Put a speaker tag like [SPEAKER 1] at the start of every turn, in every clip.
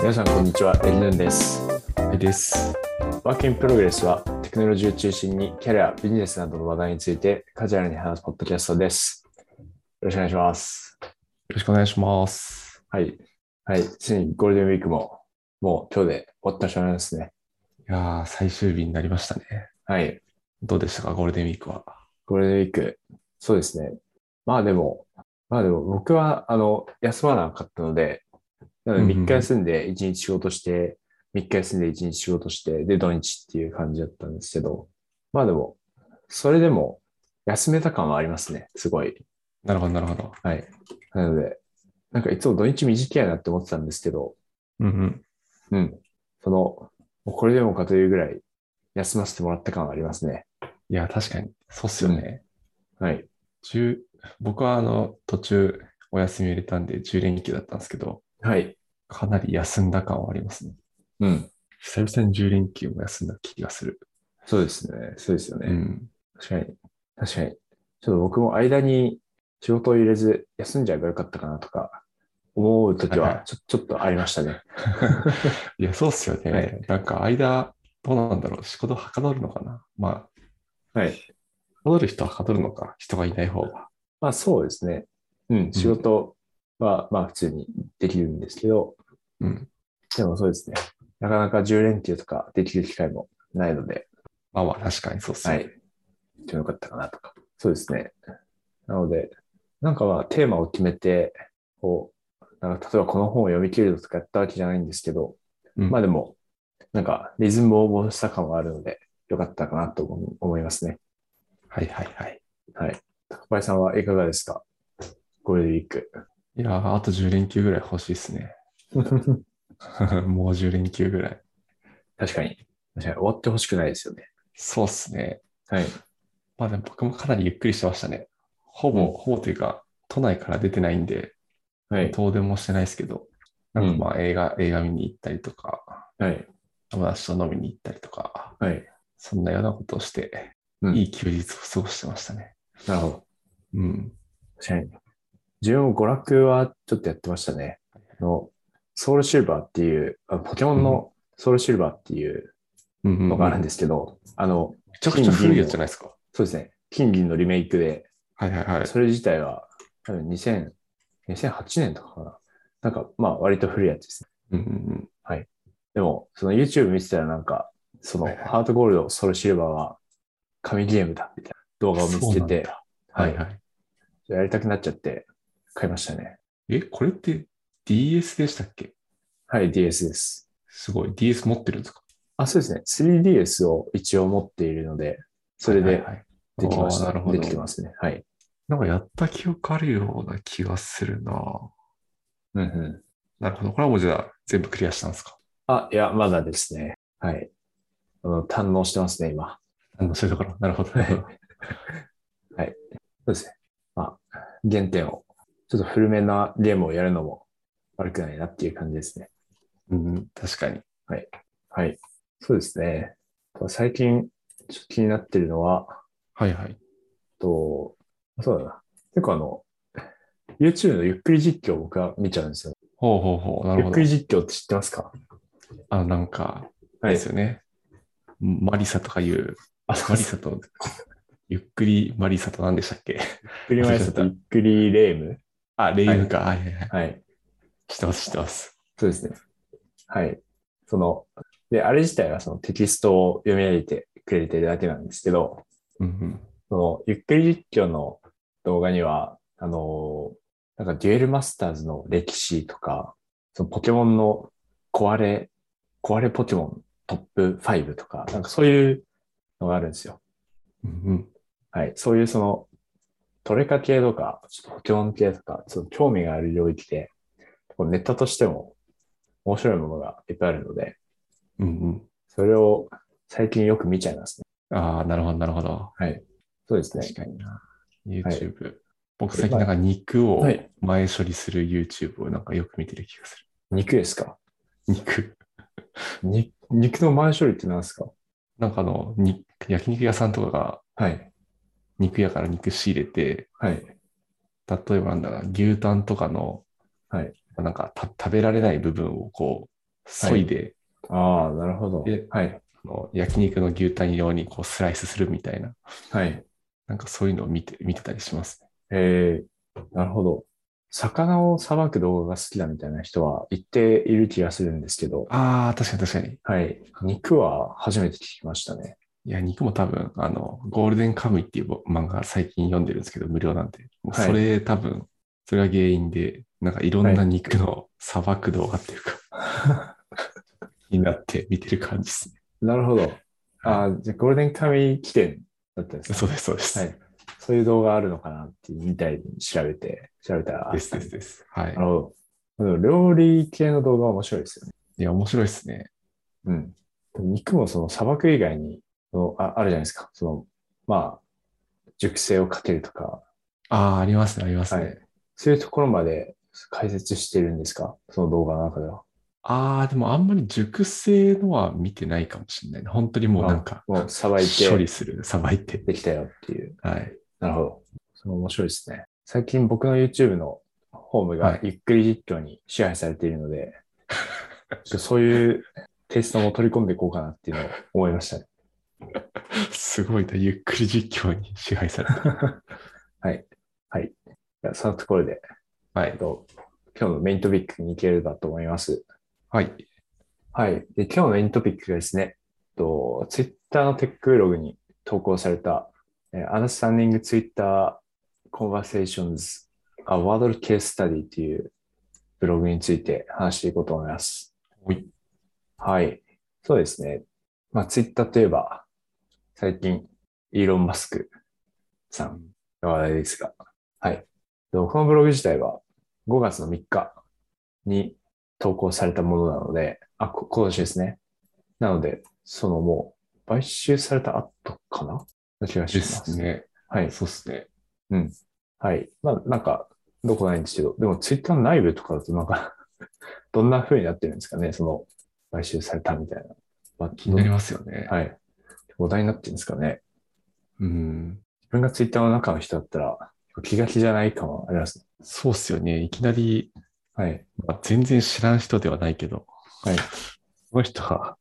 [SPEAKER 1] 皆さんこんにちはエリヌンです
[SPEAKER 2] はいです。
[SPEAKER 1] ワーキングプログレスはテクノロジーを中心にキャリアビジネスなどの話題についてカジュアルに話すポッドキャストですよろしくお願いします
[SPEAKER 2] よろしくお願いします。
[SPEAKER 1] はいはいついにゴールデンウィークももう今日で終わったしまいですね
[SPEAKER 2] いやー、最終日になりましたね。
[SPEAKER 1] はい
[SPEAKER 2] どうでしたか、ゴールデンウィークは。
[SPEAKER 1] ゴールデンウィークそうですねまあでもまあでも僕はあの休まなかったのでなので3日休んで1日仕事して、3日休んで1日仕事して、で土日っていう感じだったんですけど、まあでも、それでも休めた感はありますね、すごい。
[SPEAKER 2] なるほど、なるほど。
[SPEAKER 1] はい。なので、なんかいつも土日短いなって思ってたんですけど、
[SPEAKER 2] うんうん。
[SPEAKER 1] うん。その、もうこれでもかというぐらい休ませてもらった感はありますね。
[SPEAKER 2] いやー、確かに、そうっすよね。
[SPEAKER 1] はい。
[SPEAKER 2] 中僕は、あの、途中、お休み入れたんで、10連休だったんですけど、
[SPEAKER 1] はい。
[SPEAKER 2] かなり休んだ感はありますね。
[SPEAKER 1] うん。
[SPEAKER 2] 久々に10連休も休んだ気がする。
[SPEAKER 1] そうですね。そうですよね。
[SPEAKER 2] うん。
[SPEAKER 1] 確かに。確かに。ちょっと僕も間に仕事を入れず休んじゃえばよかったかなとか思うとき
[SPEAKER 2] はいは
[SPEAKER 1] はいちょ,、ちょっとありましたね。
[SPEAKER 2] いや、そうっすよね。
[SPEAKER 1] はい
[SPEAKER 2] なんか、間、どうなんだろう。仕事はかどるのかな。まあ、は
[SPEAKER 1] はい。
[SPEAKER 2] かどる人ははかどるのか。人がいない方が。
[SPEAKER 1] まあそうですね。うん。仕事はまあ普通にできるんですけど、
[SPEAKER 2] うん。
[SPEAKER 1] でもそうですね。なかなか10連休とかできる機会もないので、
[SPEAKER 2] まあまあ、確かにそうっすよ
[SPEAKER 1] は
[SPEAKER 2] ね。
[SPEAKER 1] い。でもよかったかなとか。そうですね。なので、なんかまあテーマを決めて、こう、なんか例えばこの本を読み切るとかやったわけじゃないんですけど、
[SPEAKER 2] うん
[SPEAKER 1] まあでも、なんかリズムを応募した感はあるので、よかったかなと思思いますね。
[SPEAKER 2] はいはいはい。
[SPEAKER 1] はい。高林さんはいかがですかゴールデンウィーク。
[SPEAKER 2] いやー、あと10連休ぐらい欲しいですね。 もう10連休ぐらい。
[SPEAKER 1] 確かに。確かに終わってほしくないですよね。
[SPEAKER 2] そうっすね。
[SPEAKER 1] はい。
[SPEAKER 2] まあでも僕もかなりゆっくりしてましたね。ほぼ、
[SPEAKER 1] うん
[SPEAKER 2] ほぼというか、都内から出てないんで、
[SPEAKER 1] はい。
[SPEAKER 2] 遠出もしてないですけど、なんかまあ映画、映画見に行ったりとか、
[SPEAKER 1] はい。
[SPEAKER 2] 友達と飲みに行ったりとか、
[SPEAKER 1] はい。
[SPEAKER 2] そんなようなことをして、
[SPEAKER 1] うん
[SPEAKER 2] いい休日を過ごしてましたね。
[SPEAKER 1] なるほど。
[SPEAKER 2] うん。
[SPEAKER 1] 確かに。自分も娯楽はちょっとやってましたね。あのソウルシルバーっていう、あポケモンのソウルシルバーっていう
[SPEAKER 2] うんうん
[SPEAKER 1] のがあるん
[SPEAKER 2] め
[SPEAKER 1] ですけど、あの、
[SPEAKER 2] ちゃくちゃ古いやつじゃないですか。
[SPEAKER 1] そうですね。金銀のリメイクで、
[SPEAKER 2] はいはいはい。
[SPEAKER 1] それ自体は多分2000 2008年とかかな。なんか、まあ、割と古いやつですね。
[SPEAKER 2] うんうんうん
[SPEAKER 1] でも、その YouTube 見てたらなんか、その
[SPEAKER 2] はいはい
[SPEAKER 1] ハートゴールド、ソウルシルバーは神ゲームだ、みたいな動画を見つ
[SPEAKER 2] そ
[SPEAKER 1] け
[SPEAKER 2] うなん
[SPEAKER 1] て、
[SPEAKER 2] は
[SPEAKER 1] はい。
[SPEAKER 2] はいい。
[SPEAKER 1] やりたくなっちゃって、買いましたね。
[SPEAKER 2] え、これって DS でしたっけ
[SPEAKER 1] はい、DS です。
[SPEAKER 2] すごい。DS 持ってるんですか
[SPEAKER 1] あ、そうですね。3DS を一応持っているので、それ
[SPEAKER 2] はい
[SPEAKER 1] で
[SPEAKER 2] はいはい
[SPEAKER 1] できまし
[SPEAKER 2] おーな
[SPEAKER 1] た。
[SPEAKER 2] るほど
[SPEAKER 1] できてますね。はい。
[SPEAKER 2] なんかやった記憶あるような気がするな
[SPEAKER 1] うんうん。
[SPEAKER 2] なるほど。これはもうじゃあ全部クリアしたんですか
[SPEAKER 1] あ、いや、まだですね。はい。あの、堪能してますね、今。
[SPEAKER 2] あの、そういうところ。なるほど。なるほど
[SPEAKER 1] そうですね。まあ、原点を、ちょっと古めなゲームをやるのも悪くないなっていう感じですね。
[SPEAKER 2] うん、確かに。
[SPEAKER 1] はい。そうですね。最近、ちょっと気になってるのは、
[SPEAKER 2] はいはい。
[SPEAKER 1] と、そうだな。結構あの、YouTube のゆっくり実況を僕は見ちゃうんですよ。
[SPEAKER 2] ほうほうほう。なる
[SPEAKER 1] ゆっ
[SPEAKER 2] ほ
[SPEAKER 1] く
[SPEAKER 2] ど
[SPEAKER 1] り。実況って知ってますか
[SPEAKER 2] あの、なんか、
[SPEAKER 1] は
[SPEAKER 2] ですよね。マリサとかいう、
[SPEAKER 1] あ、そう
[SPEAKER 2] マ
[SPEAKER 1] で
[SPEAKER 2] リ
[SPEAKER 1] す。
[SPEAKER 2] サと、ゆっくりマリサと何でしたっけ
[SPEAKER 1] ゆっくりマイスとゆっくりレーム。
[SPEAKER 2] あ、レイムか。はいはいはい。
[SPEAKER 1] はい。
[SPEAKER 2] 知ってます、知ってます。
[SPEAKER 1] そうですね。はい。その、で、あれ自体はそのテキストを読み上げてくれてるだけなんですけど、
[SPEAKER 2] うんうん。
[SPEAKER 1] その、ゆっくり実況の動画には、あのーなんかデュエルマスターズの歴史とか、そのポケモンの壊れ、壊れポケモントップ5とか、なんかそういうのがあるんですよ。
[SPEAKER 2] うんうん。
[SPEAKER 1] はい。そういうその、トレカ系とか、ちょっとポケモン系とか、その興味がある領域で、こうネタとしても面白いものがいっぱいあるので、
[SPEAKER 2] うん
[SPEAKER 1] それを最近よく見ちゃいますね。
[SPEAKER 2] うん。ああ、なるほど、なるほど。
[SPEAKER 1] そうですね
[SPEAKER 2] 確。かにな。YouTube。僕最近なんか肉を
[SPEAKER 1] はい
[SPEAKER 2] 前処理する YouTube をなんかよく見てる気がす
[SPEAKER 1] 肉ですか
[SPEAKER 2] る。肉。
[SPEAKER 1] に肉の前処理って何ですか
[SPEAKER 2] なんかあの、に焼肉屋さんとかが
[SPEAKER 1] はい。
[SPEAKER 2] 肉屋から肉仕入れて、
[SPEAKER 1] はい。
[SPEAKER 2] 例えばなんだろうな牛タンとかの、
[SPEAKER 1] はい
[SPEAKER 2] なんかた食べられない部分をこう、削いで、
[SPEAKER 1] ああ、なるほど
[SPEAKER 2] で。
[SPEAKER 1] はい。
[SPEAKER 2] あの焼肉の牛タン用にこうスライスするみたいな、
[SPEAKER 1] はい。
[SPEAKER 2] なんかそういうのを見て見てたりしますね。
[SPEAKER 1] えー、なるほど。魚をさばく動画が好きだみたいな人は言っている気がするんですけど、
[SPEAKER 2] ああ、確かに確かに。
[SPEAKER 1] はい。肉は初めて聞きましたね。
[SPEAKER 2] いや、肉も多分、あの、ゴールデンカムイっていう漫画最近読んでるんですけど、無料なんで、もう
[SPEAKER 1] はい
[SPEAKER 2] それ多分、それが原因で、なんかいろん
[SPEAKER 1] は
[SPEAKER 2] な肉のさばく動画っていうか、になって見てる感じですね。
[SPEAKER 1] なるほど。あーじゃあゴールデンカムイ起点だったんですね
[SPEAKER 2] そうです、そうです。
[SPEAKER 1] はい。そういう動画あるのかなって、みたいに調べて、調べたら。
[SPEAKER 2] ですですです。はい
[SPEAKER 1] な。るほど。でも料理系の動画は面白いですよね。
[SPEAKER 2] いや、面白いですね。
[SPEAKER 1] うん。でも肉もその砂漠以外にそのあ、あるじゃないですか。その、まあ、熟成をかけるとか、
[SPEAKER 2] ああ、ありますね、ありますね。
[SPEAKER 1] はいそういうところまで解説してるんですかその動画の中では。
[SPEAKER 2] ああ、でもあんまり熟成のは見てないかもしれないな。本当にもうなんか、
[SPEAKER 1] もう、さばいて、
[SPEAKER 2] 処理する、さばいて。
[SPEAKER 1] できたよっていう。
[SPEAKER 2] はい。
[SPEAKER 1] なるほど。それ面白いですね。最近僕の YouTube のホーム
[SPEAKER 2] は
[SPEAKER 1] が
[SPEAKER 2] い
[SPEAKER 1] ゆっくり実況に支配されているの で、ちょっとそういうテイストも取り込んでいこうかなっていうのを思いましたね。
[SPEAKER 2] すごいな、ゆっくり実況に支配さ れた。
[SPEAKER 1] はい。はい。じゃあそのところで、
[SPEAKER 2] は
[SPEAKER 1] えっ
[SPEAKER 2] い。
[SPEAKER 1] と、今日のメイントピックに行ければと思います。
[SPEAKER 2] はい。
[SPEAKER 1] はい。で、今日のメイントピックがですね、えっと、ツイッターのテックブログに投稿された、えー、Understanding Twitter Conversations A Waddle Case Study というブログについて話していこうと思います。
[SPEAKER 2] はい。
[SPEAKER 1] はい。そうですね。まあ、ツイッターといえば、最近、イーロン・マスクさんの話題ですが、はい。でこのブログ自体は5月の3日に投稿されたものなので、あ、こ今年ですね。なので、そのもう、買収された後かなな気がし
[SPEAKER 2] で
[SPEAKER 1] ます。
[SPEAKER 2] すね。
[SPEAKER 1] はい。
[SPEAKER 2] そうですね。
[SPEAKER 1] はい。まあ、なんか、どこないんですけど、でもツイッターの内部とかだとなんか、 どんな風になってるんですかね、その、買収されたみたいな。まあ、
[SPEAKER 2] 気になりますよね。
[SPEAKER 1] はい。話題になってるんですかね。
[SPEAKER 2] うん。
[SPEAKER 1] 自分がツイッターの中の人だったら、気が気じゃない感はありますね。
[SPEAKER 2] そうっすよね。いきなり、
[SPEAKER 1] はい。
[SPEAKER 2] まあ、全然知らん人ではないけど、
[SPEAKER 1] はい。
[SPEAKER 2] この人は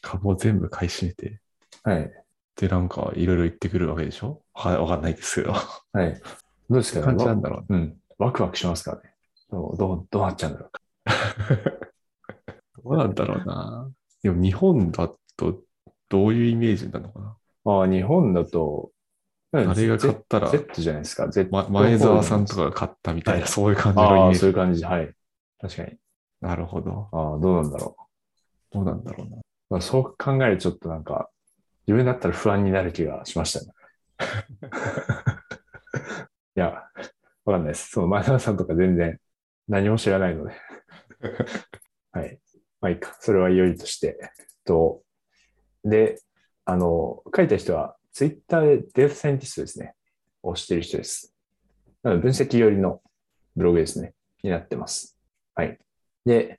[SPEAKER 2] 株を全部買い占めて、
[SPEAKER 1] はい。
[SPEAKER 2] で、なんかいろいろ言ってくるわけでしょはわかんないですけど。
[SPEAKER 1] はい。どうですかね
[SPEAKER 2] 感じなんだろう。
[SPEAKER 1] うん。ワクワクしますからね。どう、どうどうなっちゃうんだろう か。
[SPEAKER 2] どうなんだろうな。でも日本だとどういうイメージなのかな。
[SPEAKER 1] まあ、日本だと、
[SPEAKER 2] 誰が買ったら、
[SPEAKER 1] Z じゃないですか。Z
[SPEAKER 2] ま、前澤さんとかが買ったみたい
[SPEAKER 1] は
[SPEAKER 2] な、
[SPEAKER 1] い
[SPEAKER 2] そういう感じのイ
[SPEAKER 1] あ
[SPEAKER 2] メー
[SPEAKER 1] あ、
[SPEAKER 2] ジ。
[SPEAKER 1] そういう感じ。はい。確かに。
[SPEAKER 2] なるほど。
[SPEAKER 1] ああ、どうなんだろう。
[SPEAKER 2] どうなんだろうな。
[SPEAKER 1] まあ、そう考えるとちょっとなんか、自分だったら不安になる気がしましたね。いや、わかんないです。その前澤さんとか全然何も知らないので。はい。まあいいか。それは良いとして。と、で、あの、書いた人は、ツイッターでデータサイエンティストですね。をしてる人です。なので分析寄りのブログですね。になってます。はい。で、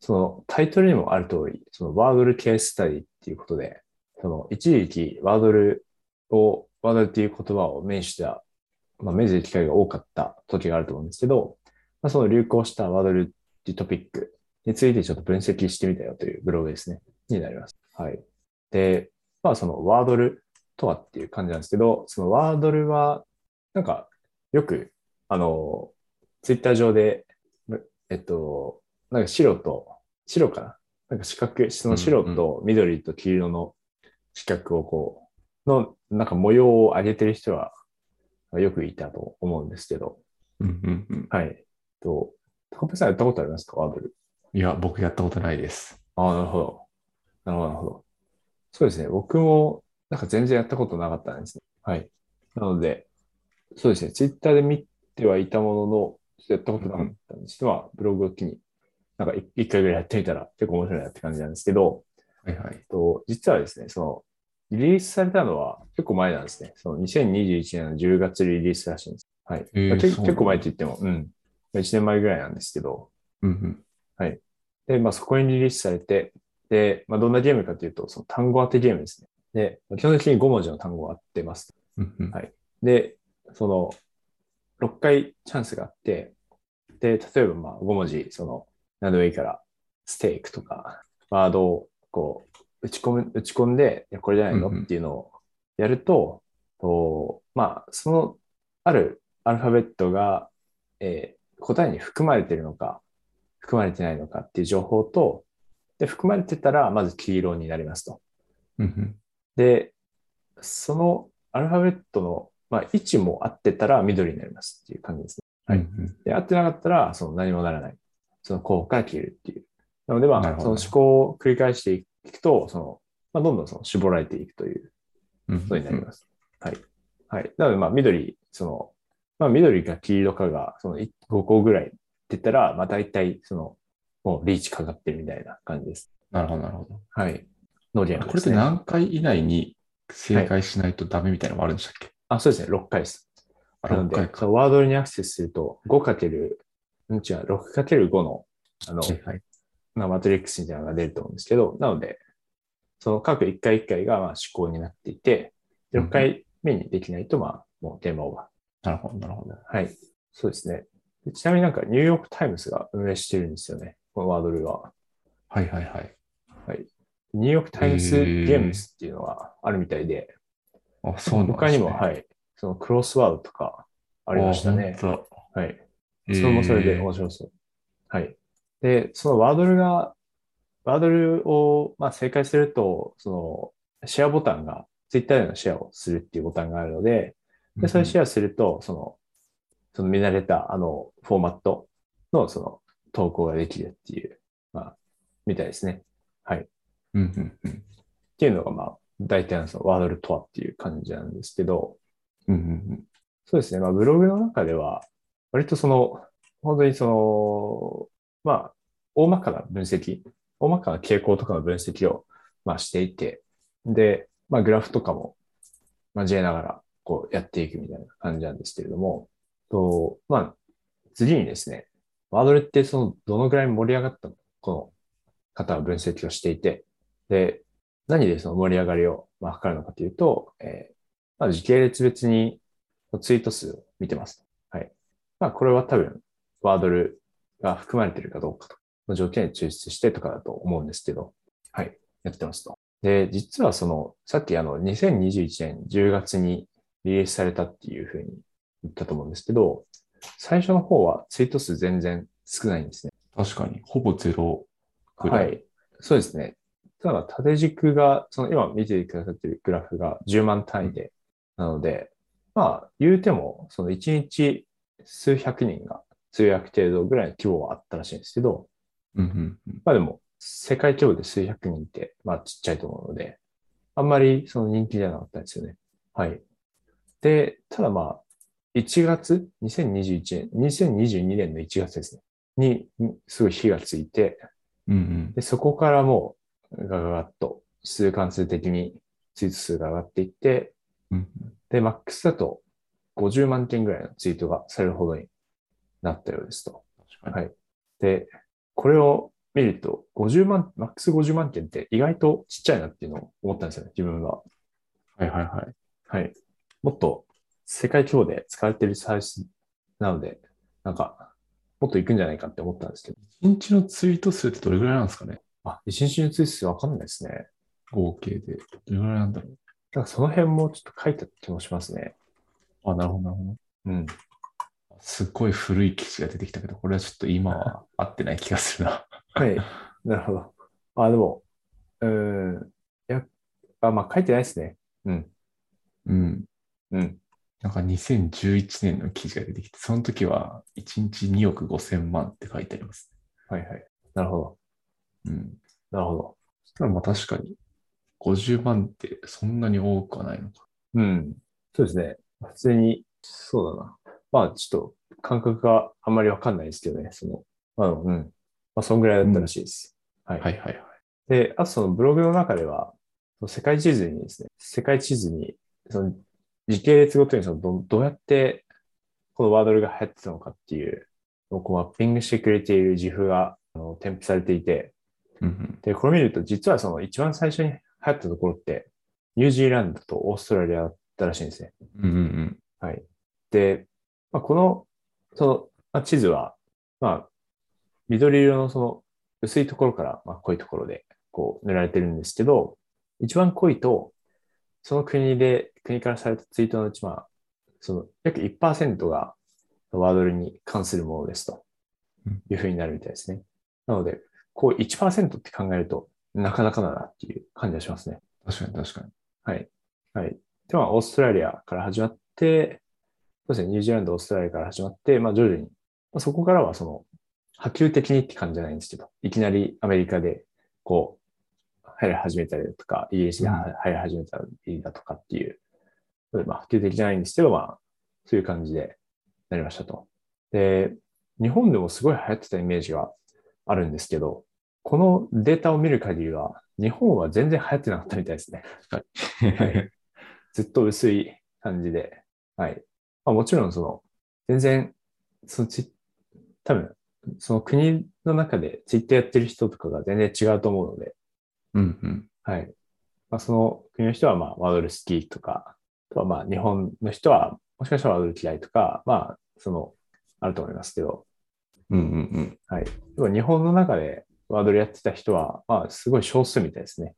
[SPEAKER 1] そのタイトルにもある通り、そのワードルケーススタディっていうことで、その一時期ワードルを、ワードルっていう言葉を面した、まあ、面する機会が多かった時があると思うんですけど、まあ、その流行したワードルっていうトピックについてちょっと分析してみたよというブログですね、になります。はい。で、まあそのワードルとはっていう感じなんですけど、そのワードルは、なんかよく、あの、ツイッター上で、えっと、なんか白と、白かななんか四角い、その白と緑と黄色の四角をこう、の、なんか模様を上げてる人は、よくいたと思うんですけど、
[SPEAKER 2] うんうんうん。
[SPEAKER 1] はい。と、高橋さんやったことありますかワードル。
[SPEAKER 2] いや、僕やったことないです。
[SPEAKER 1] ああ、なるほど。なるほど、なるほど。そうですね。僕も、なんか全然やったことなかったんですね。はい。なので、そうですね。ツイッターで見てはいたものの、ちょっとやったことなかったんですけど、まあブログを機に、なんかい一回ぐらいやってみたら結構面白いなって感じなんですけど、
[SPEAKER 2] はいはい。
[SPEAKER 1] と、実はですね、その、リリースされたのは結構前なんですね。その2021年の10月リリースらしいんです。はい。
[SPEAKER 2] えー
[SPEAKER 1] まあ結
[SPEAKER 2] そう
[SPEAKER 1] 結構前って言っても、うん。1年前ぐらいなんですけど、
[SPEAKER 2] うんうん。
[SPEAKER 1] で、まあ、そこにリリースされて、で、まあ、どんなゲームかというと、その単語当てゲームですね。で、まあ基本的に5文字の単語を当てます。
[SPEAKER 2] うんうん
[SPEAKER 1] はいで、その、6回チャンスがあって、で、例えばまあ5文字、その、何でもいいから、ステークとか、ワードをこう、打ち込む、打ち込んで、いや、これじゃないの
[SPEAKER 2] うんうん
[SPEAKER 1] っていうのをやると、とまあ、その、あるアルファベットが、えー答えに含まれてるのか、含まれてないのかっていう情報と、で、含まれてたら、まず黄色になりますと。
[SPEAKER 2] うん
[SPEAKER 1] で、そのアルファベットの、まあ、位置も合ってたら緑になりますっていう感じですね。
[SPEAKER 2] うん。
[SPEAKER 1] はい
[SPEAKER 2] うん
[SPEAKER 1] で、合ってなかったら、その何もならない。その候補から消えるっていう。なので、ま
[SPEAKER 2] なる
[SPEAKER 1] あ、
[SPEAKER 2] ほ
[SPEAKER 1] そ
[SPEAKER 2] ど
[SPEAKER 1] の思考を繰り返していくと、その、まあ、どんどんその絞られていくという
[SPEAKER 2] うん。
[SPEAKER 1] ことになります。はい。はい。なので、まあ、緑、その、まあ、緑か黄色かが、その5個ぐらいって言ったら、まあ、大体、その、もうリーチかかってるみたいな感じです。
[SPEAKER 2] なるほど、なるほど。
[SPEAKER 1] はい。ノリアン
[SPEAKER 2] こ
[SPEAKER 1] で
[SPEAKER 2] れっ
[SPEAKER 1] す
[SPEAKER 2] て
[SPEAKER 1] ね。
[SPEAKER 2] 何回以内に正解しないとダメみたいなのもあるんでしたっけ、
[SPEAKER 1] あ、そうですね。6回です。
[SPEAKER 2] あ
[SPEAKER 1] なの
[SPEAKER 2] 6
[SPEAKER 1] で
[SPEAKER 2] 回、か。
[SPEAKER 1] そうワードルにアクセスすると、5× うん、違う、6×5 の、あの、
[SPEAKER 2] はいはい。
[SPEAKER 1] まあマトリックスみたいなのが出ると思うんですけど、なので、その各1回1回がまあ思考になっていて、で
[SPEAKER 2] うん
[SPEAKER 1] 6回目にできないと、まあ、もうテーマオーバ
[SPEAKER 2] なるほど、なるほど。
[SPEAKER 1] ー。はい。そうですね。でちなみになんかニューヨークタイムズが運営してるんですよね、このワードルは。
[SPEAKER 2] はいはいはい。
[SPEAKER 1] ニューヨークタイムズ
[SPEAKER 2] へ
[SPEAKER 1] ゲ
[SPEAKER 2] ー
[SPEAKER 1] ームズっていうのがあるみたいで、
[SPEAKER 2] あ、そうなんです、ね。
[SPEAKER 1] 他にも、はい、そのクロスワードとかあ
[SPEAKER 2] あ
[SPEAKER 1] りましたね。
[SPEAKER 2] 本当
[SPEAKER 1] はい。
[SPEAKER 2] だ
[SPEAKER 1] それもそれで
[SPEAKER 2] えー
[SPEAKER 1] 面白そう。はい。で、そのワードルが、ワードルを、まあ、正解すると、その、シェアボタンが、ツイッターでのシェアをするっていうボタンがあるので、で、それシェアすると、その、その見慣れた、あの、フォーマットの、その、投稿ができるっていう、まあ、みたいですね。
[SPEAKER 2] うんうんうん
[SPEAKER 1] っていうのが、まあ、大体のそのワードルとはっていう感じなんですけど、
[SPEAKER 2] うんうん
[SPEAKER 1] そうですね。まあ、ブログの中では、割とその、本当にその、まあ、大まかな分析、大まかな傾向とかの分析を、まあ、していて、で、まあ、グラフとかも交えながら、こう、やっていくみたいな感じなんですけれども、と、まあ、次にですね、ワードルってその、どのぐらい盛り上がったのこの方は分析をしていて、で、何でその盛り上がりを、まあ、測るのかというと、えーまあ、時系列別にツイート数を見てます。はい。まあ、これは多分、ワードルが含まれてるかどうかと、の条件に抽出してとかだと思うんですけど、はい、やってますと。で、実はその、さっきあの、2021年10月にリリースされたっていうふうに言ったと思うんですけど、最初の方はツイート数全然少ないんですね。
[SPEAKER 2] うん。確かに、ほぼゼロぐらい。
[SPEAKER 1] はい。そうですね。ただ、縦軸が、その今見てくださってるグラフが10万単位で、なので、まあ、言うても、その1日数百人が、数百程度ぐらいの規模はあったらしいんですけど、
[SPEAKER 2] うんうんうん。
[SPEAKER 1] まあでも、世界規模で数百人って、まあちっちゃいと思うので、あんまりその人気じゃなかったんですよね。はい。で、ただまあ、1月、2021年、2022年の1月ですね、に、んすごい火がついて、
[SPEAKER 2] うんうん。
[SPEAKER 1] で、そこからもう、ガガガッと、数関数的にツイート数が上がっていって、
[SPEAKER 2] うん
[SPEAKER 1] で、マックスだと50万件ぐらいのツイートがされるほどになったようですと。
[SPEAKER 2] 確
[SPEAKER 1] は
[SPEAKER 2] か
[SPEAKER 1] いで、これを見ると、50万、マックス50万件って意外とちっちゃいなっていうのを思ったんですよね、自分は。
[SPEAKER 2] に。はいはいはい。
[SPEAKER 1] はい。もっと世界規模で使われてるサービスなので、なんか、もっといくんじゃないかって思ったんですけど、
[SPEAKER 2] 一日のツイート数ってどれぐらいなんですかね
[SPEAKER 1] あ、一日のツイート数わかんないですね。
[SPEAKER 2] 合計で。どれぐらいなんだろ
[SPEAKER 1] なんかその辺もちょっと書いた気もしますね。
[SPEAKER 2] う。あ、なるほどなるほど。
[SPEAKER 1] うん。
[SPEAKER 2] すっごい古い記事が出てきたけど、これはちょっと今は合ってない気がするな。
[SPEAKER 1] はい。なるほど。あ、でも、うーん。いや、あ、まあ、書いてないですね。うん。
[SPEAKER 2] うん。
[SPEAKER 1] うん。
[SPEAKER 2] なんか2011年の記事が出てきて、その時は1日2億5千万って書いてあります。
[SPEAKER 1] はいはい。なるほど。
[SPEAKER 2] うん。
[SPEAKER 1] なるほど。
[SPEAKER 2] そしたらまあ確かに、50万ってそんなに多くはないのか。
[SPEAKER 1] うん。そうですね。普通に、そうだな。まあ、ちょっと、感覚があんまりわかんないですけどね。その、まあ、でもうん。まあ、そんぐらいだったらしいです。はい。
[SPEAKER 2] はいはいはい。
[SPEAKER 1] で、あとそのブログの中では、その世界地図にですね、世界地図に、その時系列ごとにそのどどうやってこのワードルが流行ってたのかっていうのをこうマッピングしてくれている自負があの添付されていて、
[SPEAKER 2] うんうん、
[SPEAKER 1] で、これ見ると実はその一番最初に流行ったところって、ニュージーランドとオーストラリアだったらしいんですね。
[SPEAKER 2] うんうんうん。
[SPEAKER 1] はい。で、まあ、この、その、まあ、地図は、まあ、緑色のその薄いところから、まあ、濃いところでこう塗られてるんですけど、一番濃いと、その国で、国からされたツイートのうち、まあ、その約1%がワードルに関するものですと
[SPEAKER 2] うん
[SPEAKER 1] いうふうになるみたいですね。なので、こう1%って考えると、なかなかだなっていう感じがしますね。
[SPEAKER 2] 確かに確かに。
[SPEAKER 1] はい。はい。では、オーストラリアから始まって、そうですね、ニュージーランド、オーストラリアから始まって、まあ、徐々に、まあ、そこからは、その、波及的にって感じじゃないんですけど、いきなりアメリカで、こう、流行り始めたりだとか、イギリスで
[SPEAKER 2] うん
[SPEAKER 1] は流行り始めたりだとかっていう、まあ、波及的じゃないんですけど、まあ、そういう感じでなりましたと。で、日本でもすごい流行ってたイメージがあるんですけど、このデータを見る限りは、日本は全然流行ってなかったみたいですね。いずっと薄い感じで。はい。まあ、もちろん、その、全然、そのち、多分、その国の中でツイッターやってる人とかが全然違うと思うので、
[SPEAKER 2] うんうん。
[SPEAKER 1] はい。まあ、その国の人は、まあ、ワードル好きとか、あとは、まあ、日本の人は、もしかしたらワードル嫌いとか、まあ、その、あると思いますけど、
[SPEAKER 2] うんうんうん。
[SPEAKER 1] でも日本の中でワードルやってた人は、まあ、すごい少数みたいですね。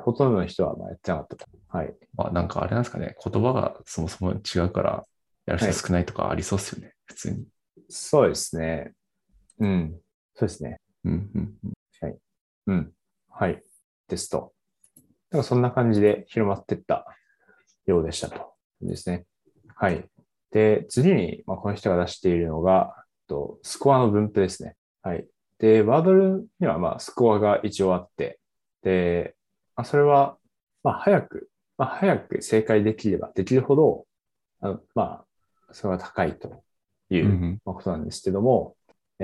[SPEAKER 1] ほとんどの人はまあやってなかったと。はい。
[SPEAKER 2] まあなんかあれなんですかね、言葉がそもそも違うから、やる人少ないとかありそうっすよね、普通に。
[SPEAKER 1] そうですね。うん。そうですね。
[SPEAKER 2] うんうんうん。
[SPEAKER 1] うん。はい。ですと。なんかそんな感じで広まってったようでしたと。ですね。はい。で、次に、まあ、この人が出しているのが、とスコアの分布ですね。はい。で、ワードルには、まあ、スコアが一応あって、で、まあ、それは、まあ、早く、まあ、早く正解できればできるほど、あのまあ、それが高いといううん
[SPEAKER 2] うん
[SPEAKER 1] まあことなんですけども、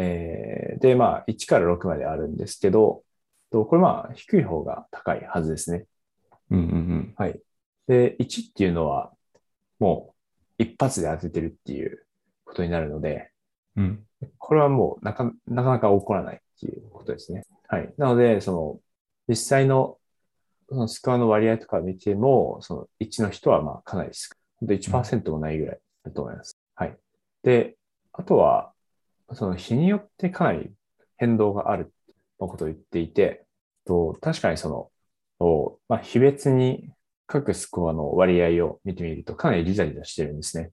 [SPEAKER 1] えーで、まあ、1から6まであるんですけど、とこれまあ、低い方が高いはずですね。
[SPEAKER 2] うんうん
[SPEAKER 1] で、1っていうのは、もう、一発で当ててるっていうことになるので、
[SPEAKER 2] うん。うん
[SPEAKER 1] これはもうなか、なかなか起こらないっていうことですね。はい。なので、その、実際の、そのスコアの割合とか見ても、その1の人はまあかなり少ない。本当1%もないぐらいだと思います。はい。で、あとは、その日によってかなり変動があるまあことを言っていて、と確かにその、とまあ、日別に各スコアの割合を見てみるとかなりリザリザしてるんですね。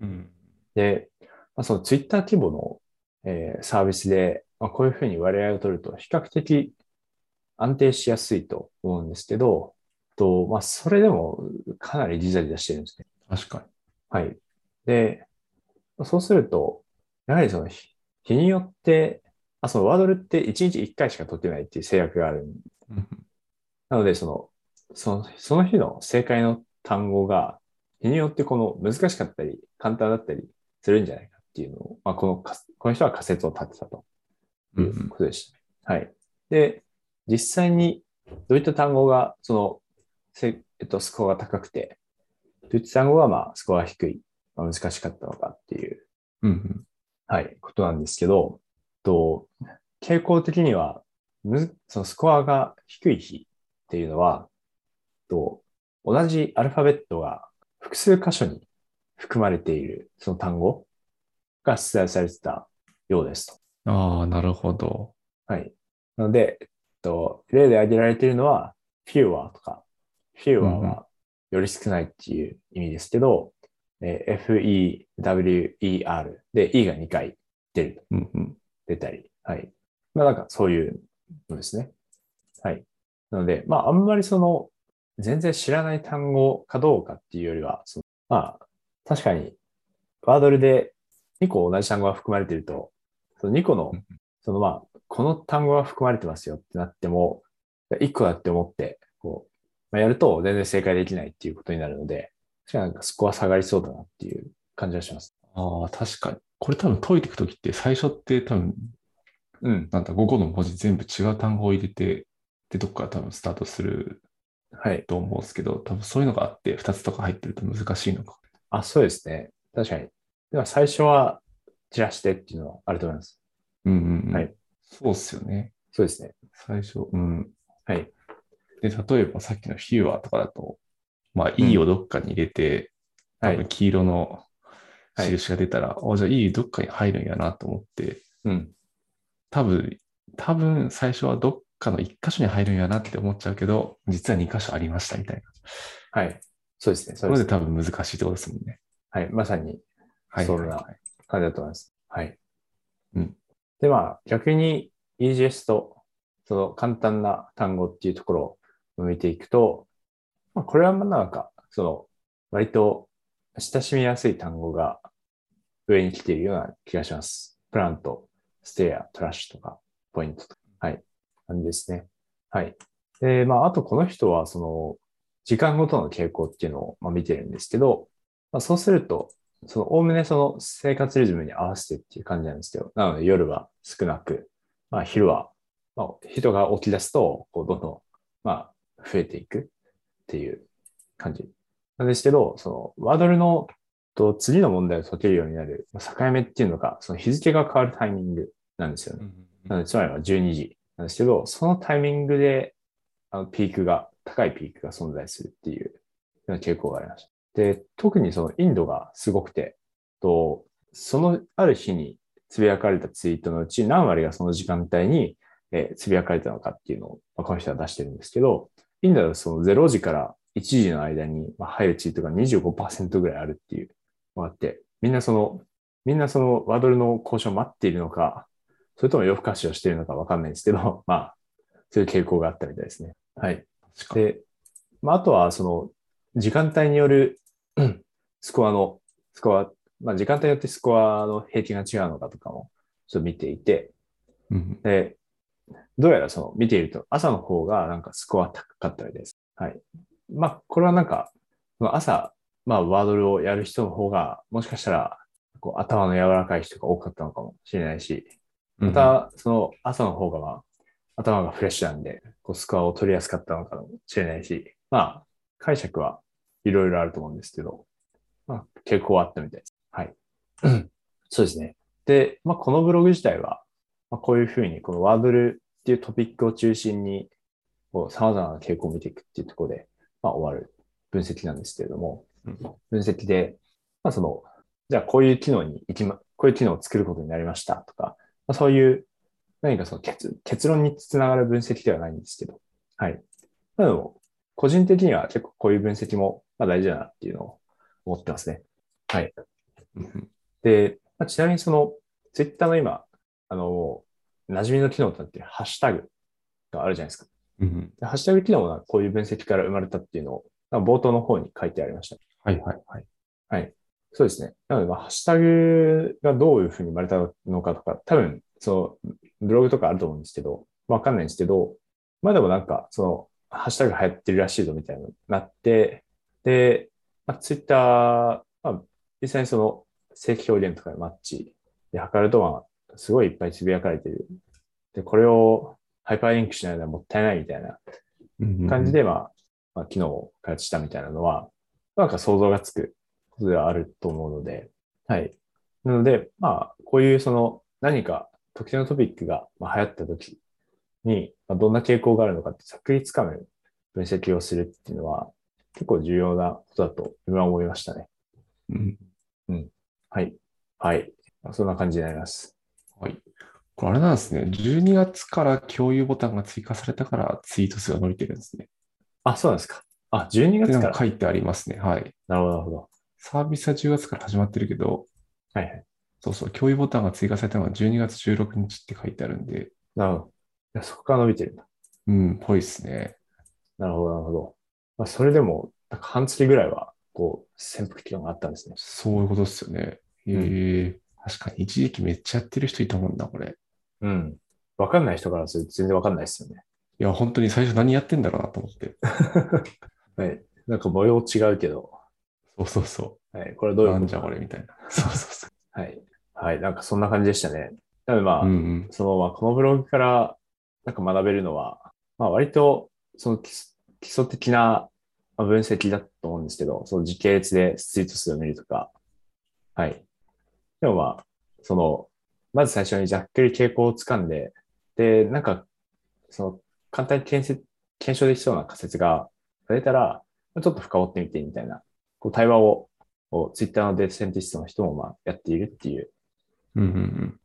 [SPEAKER 2] うん。
[SPEAKER 1] で、まあ、そのツイッター規模の、えーサービスで、まあ、こういうふうに割合を取ると比較的安定しやすいと思うんですけど、とまあ、それでもかなりリザリザしてるんですね。
[SPEAKER 2] 確か
[SPEAKER 1] はい。で、まあそうすると、やはりその日日によって、あそのワードルって1日1回しか取ってないっていう制約があるん
[SPEAKER 2] に。うん
[SPEAKER 1] なので、その、その、その日の正解の単語が、日によってこの難しかったり、簡単だったりするんじゃないかっていうのを、まあ、この仮、この人は仮説を立てたと
[SPEAKER 2] う
[SPEAKER 1] い
[SPEAKER 2] んう。
[SPEAKER 1] うんことでした。はい。で、実際にどういった単語が、その、せえっと、スコアが高くて、どういった単語が、まあ、スコアが低い、まあ、難しかったのかっていう
[SPEAKER 2] うんうん。
[SPEAKER 1] はい、ことなんですけど、と傾向的にはむ、そのスコアが低い日っていうのは、と同じアルファベットが複数箇所に含まれているその単語が出題されてたようですと。
[SPEAKER 2] ああ、なるほど。
[SPEAKER 1] はい。なので、えっと、例で挙げられているのは、fewer とか、fewer
[SPEAKER 2] うんうん
[SPEAKER 1] はより少ないっていう意味ですけど、えー fewer で e が2回出ると。
[SPEAKER 2] うんうん。
[SPEAKER 1] 出たり、はい。まあなんかそういうのですね。はい。なので、まああんまりその、全然知らない単語かどうかっていうよりは、そのまあ確かにワードルで2個同じ単語が含まれていると、その2個の
[SPEAKER 2] うん、
[SPEAKER 1] そのまあ、この単語が含まれてますよってなっても、1個だって思って、こう、まあ、やると全然正解できないっていうことになるので、確かになんかスコア下がりそうだなっていう感じがします。
[SPEAKER 2] ああ、確かに。これ多分解いていくときって最初って多分、
[SPEAKER 1] うん。
[SPEAKER 2] なんだ、5個の文字全部違う単語を入れて、で、どっから多分スタートする
[SPEAKER 1] はい。
[SPEAKER 2] と思うんですけど、多分そういうのがあって、2つとか入ってると難しいのか。
[SPEAKER 1] あ、そうですね。確かに。では最初は散らしてっていうのはあると思います。
[SPEAKER 2] うんうんうん。
[SPEAKER 1] はい。
[SPEAKER 2] そうっすよね。
[SPEAKER 1] そうですね。
[SPEAKER 2] 最初、うん。
[SPEAKER 1] はい。
[SPEAKER 2] で、例えばさっきのヒューワーとかだと、まあ、
[SPEAKER 1] うん
[SPEAKER 2] E をどっかに入れて、
[SPEAKER 1] は
[SPEAKER 2] 多分
[SPEAKER 1] い。
[SPEAKER 2] 黄色の
[SPEAKER 1] はい
[SPEAKER 2] 印が出たら、あじゃあ E どっかに入るんやなと思って、
[SPEAKER 1] うん。
[SPEAKER 2] 多分多分最初はどっかの1箇所に入るんやなって思っちゃうけど、実は2箇所ありましたみたいな。
[SPEAKER 1] はい。そうですね。そ
[SPEAKER 2] そうれ
[SPEAKER 1] です
[SPEAKER 2] で多分難しいってことですもんね。
[SPEAKER 1] はい。まさに
[SPEAKER 2] はい。
[SPEAKER 1] そう
[SPEAKER 2] は
[SPEAKER 1] だ
[SPEAKER 2] い
[SPEAKER 1] な
[SPEAKER 2] はい
[SPEAKER 1] 感じだと思います。はい。
[SPEAKER 2] うん。
[SPEAKER 1] で、まあ、逆に EGS と、その簡単な単語っていうところを見ていくと、まあ、これはまあなんか、その、割と親しみやすい単語が上に来ているような気がします。プラント、ステア、トラッシュとか、ポイントとか。はい。なんですね。はい。で、まあ、あとこの人は、その、時間ごとの傾向っていうのをまあ見てるんですけど、まあ、そうすると、その、おおむねその生活リズムに合わせてっていう感じなんですけど、なので夜は少なく、まあ昼は、まあ人が起き出すと、こう、どんどん、まあ、増えていくっていう感じなんですけど、その、ワードルの、と次の問題を解けるようになるまあ境目っていうのが、その日付が変わるタイミングなんですよね。なので、つまりは12時なんですけど、そのタイミングで、あの、ピークが、高いピークが存在するっていうような傾向がありました。で、特にそのインドがすごくて、と、そのある日につぶやかれたツイートのうち何割がその時間帯に、えーつぶやかれたのかっていうのを、まあこの人は出してるんですけど、インドではその0時から1時の間に、まあ、入るツイートが25%ぐらいあるっていうのがあって、みんなその、みんなそのワードルの交渉を待っているのか、それとも夜更かしをしているのかわかんないんですけど、 まあ、そういう傾向があったみたいですね。はい。
[SPEAKER 2] 確かに
[SPEAKER 1] で、まあ、あとは、その、時間帯による うんスコアの、スコア、まあ、時間帯によってスコアの平均が違うのかとかも、ちょっと見ていて、
[SPEAKER 2] うん
[SPEAKER 1] で、どうやらその、見ていると、朝の方がなんかスコア高かったみたいです。はい。まあ、これはなんか、その朝、まあ、ワードルをやる人の方が、もしかしたら、こう頭の柔らかい人が多かったのかもしれないし、
[SPEAKER 2] うん
[SPEAKER 1] また、その朝の方が、まあ、頭がフレッシュなんで、こうスコアを取りやすかったのかもしれないし、まあ、解釈はいろいろあると思うんですけど、まあ、傾向はあったみたいです。はい。そうですね。で、まあ、このブログ自体は、まあ、こういうふうに、このワードルっていうトピックを中心に、こう、様々な傾向を見ていくっていうところで、まあ、終わる分析なんですけれども、
[SPEAKER 2] うん
[SPEAKER 1] 分析で、まあ、その、じゃあこういう機能に行きま、こういう機能を作ることになりましたとか、まあ、そういう、何かその結結論につながる分析ではないんですけど、はい。まあでも、個人的には結構こういう分析もまあ大事だなっていうのを思ってますね。
[SPEAKER 2] うん
[SPEAKER 1] で、まあ、ちなみにその、ツイッターの今、あの、馴染みの機能となっているハッシュタグがあるじゃないですか。
[SPEAKER 2] うん
[SPEAKER 1] でハッシュタグ機能がこういう分析から生まれたっていうのを、なんか冒頭の方に書いてありました。
[SPEAKER 2] はいはいはい。
[SPEAKER 1] そうですね。なので、まあ、ハッシュタグがどういうふうに生まれたのかとか、多分、その、ブログとかあると思うんですけど、わかんないんですけど、まあでもなんか、その、ハッシュタグ流行ってるらしいぞみたいになって、で、まあ、ツイッター、まあ、実際にその、正規表現とかでマッチで測ると、まあ、すごいいっぱいつぶやかれてる。で、これをハイパーリンクしないのはもったいないみたいな感じ
[SPEAKER 2] で。
[SPEAKER 1] で、まあ、まあ、機能を開発したみたいなのは、なんか想像がつくことではあると思うので、はい。なので、まあ、こういうその何か特定のトピックがまあ流行った時に、まあ、どんな傾向があるのかってざっくりつかむ分析をするっていうのは、結構重要なことだと今思いましたね。
[SPEAKER 2] うん
[SPEAKER 1] はい。はい。まあそんな感じになります。
[SPEAKER 2] はい。これあれなんですね。12月から共有ボタンが追加されたからツイート数が伸びてるんですね。
[SPEAKER 1] あ、そうなんですか。あ、12
[SPEAKER 2] っ
[SPEAKER 1] 月
[SPEAKER 2] てなん
[SPEAKER 1] か。
[SPEAKER 2] から書いてありますね。はい。
[SPEAKER 1] なるほど、なるほど。
[SPEAKER 2] サービスは10月から始まってるけど、
[SPEAKER 1] はいはい。
[SPEAKER 2] そうそう、共有ボタンが追加されたのが12月16日って書いてあるんで、
[SPEAKER 1] なるほど。いやそこから伸びてるんだ。
[SPEAKER 2] うん、ぽいですね。
[SPEAKER 1] なるほど、なるほど。まあ、それでも、なんか半月ぐらいは、こう、潜伏期間があったんですね。
[SPEAKER 2] そういうことですよね。へえ確かに一時期めっちゃやってる人いたもんな、これ。
[SPEAKER 1] うん。わかんない人からすると全然わかんないですよね。
[SPEAKER 2] いや、本当に最初何やってんだろうなと思って。
[SPEAKER 1] はい。なんか模様違うけど、
[SPEAKER 2] そうそうそ
[SPEAKER 1] はい。これ
[SPEAKER 2] う。
[SPEAKER 1] どういう
[SPEAKER 2] な
[SPEAKER 1] こ
[SPEAKER 2] ん
[SPEAKER 1] と
[SPEAKER 2] じゃこれみたいな。そうそうそう。
[SPEAKER 1] はい。はい。なんかそんな感じでしたね。なのでまあ、
[SPEAKER 2] うんうん。
[SPEAKER 1] その、まあ、このブログから、なんか学べるのは、まあ、割と、その基礎基礎的なまあ分析だと思うんですけど、その時系列でツイート数を見るとか、はい。でもまあ、その、まず最初にざっくり傾向をつかんで、で、なんか、その、簡単に検せ検証できそうな仮説が出たら、ちょっと深掘ってみてみたいな、こう対話を、ツイッターのデータセンティストの人もまあやっているっていう
[SPEAKER 2] うんうんうん。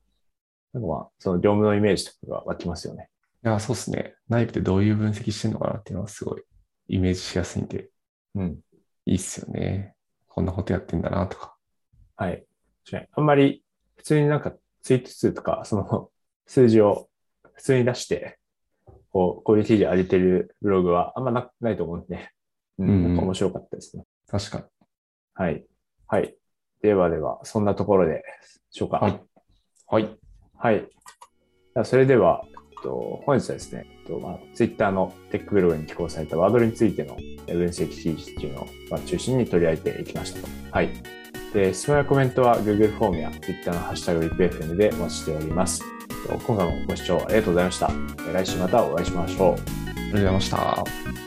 [SPEAKER 1] なんかまあ、その業務のイメージとかが湧きますよね。
[SPEAKER 2] いや、そうですね。内部でどういう分析してるのかなっていうのはすごいイメージしやすいんで、
[SPEAKER 1] うん。
[SPEAKER 2] いいっすよね。こんなことやってんだなとか。
[SPEAKER 1] はい。確かにあんまり、普通になんかツイート数とか、その 数字を普通に出して、こう、こういう記事上げてるブログはあんまなないと思うんで、う
[SPEAKER 2] うんうん
[SPEAKER 1] ん、なんか面白かったですね。
[SPEAKER 2] 確かに。
[SPEAKER 1] はい。はい。ではでは、そんなところでしょうか。
[SPEAKER 2] はい。はい。
[SPEAKER 1] はい。じゃあそれでは、えっと、本日はですね、えっとまあ、Twitter のテックブログに寄稿されたワードについてのえ分析記事っていうのを、まあ、中心に取り上げていきましたと。はい。で、質問やコメントは Google フォームや Twitter のハッシュタグリプ FM でお待ちしております。えっと今回もご視聴ありがとうございました。え来週またお会いしましょう。
[SPEAKER 2] ありがとうございました。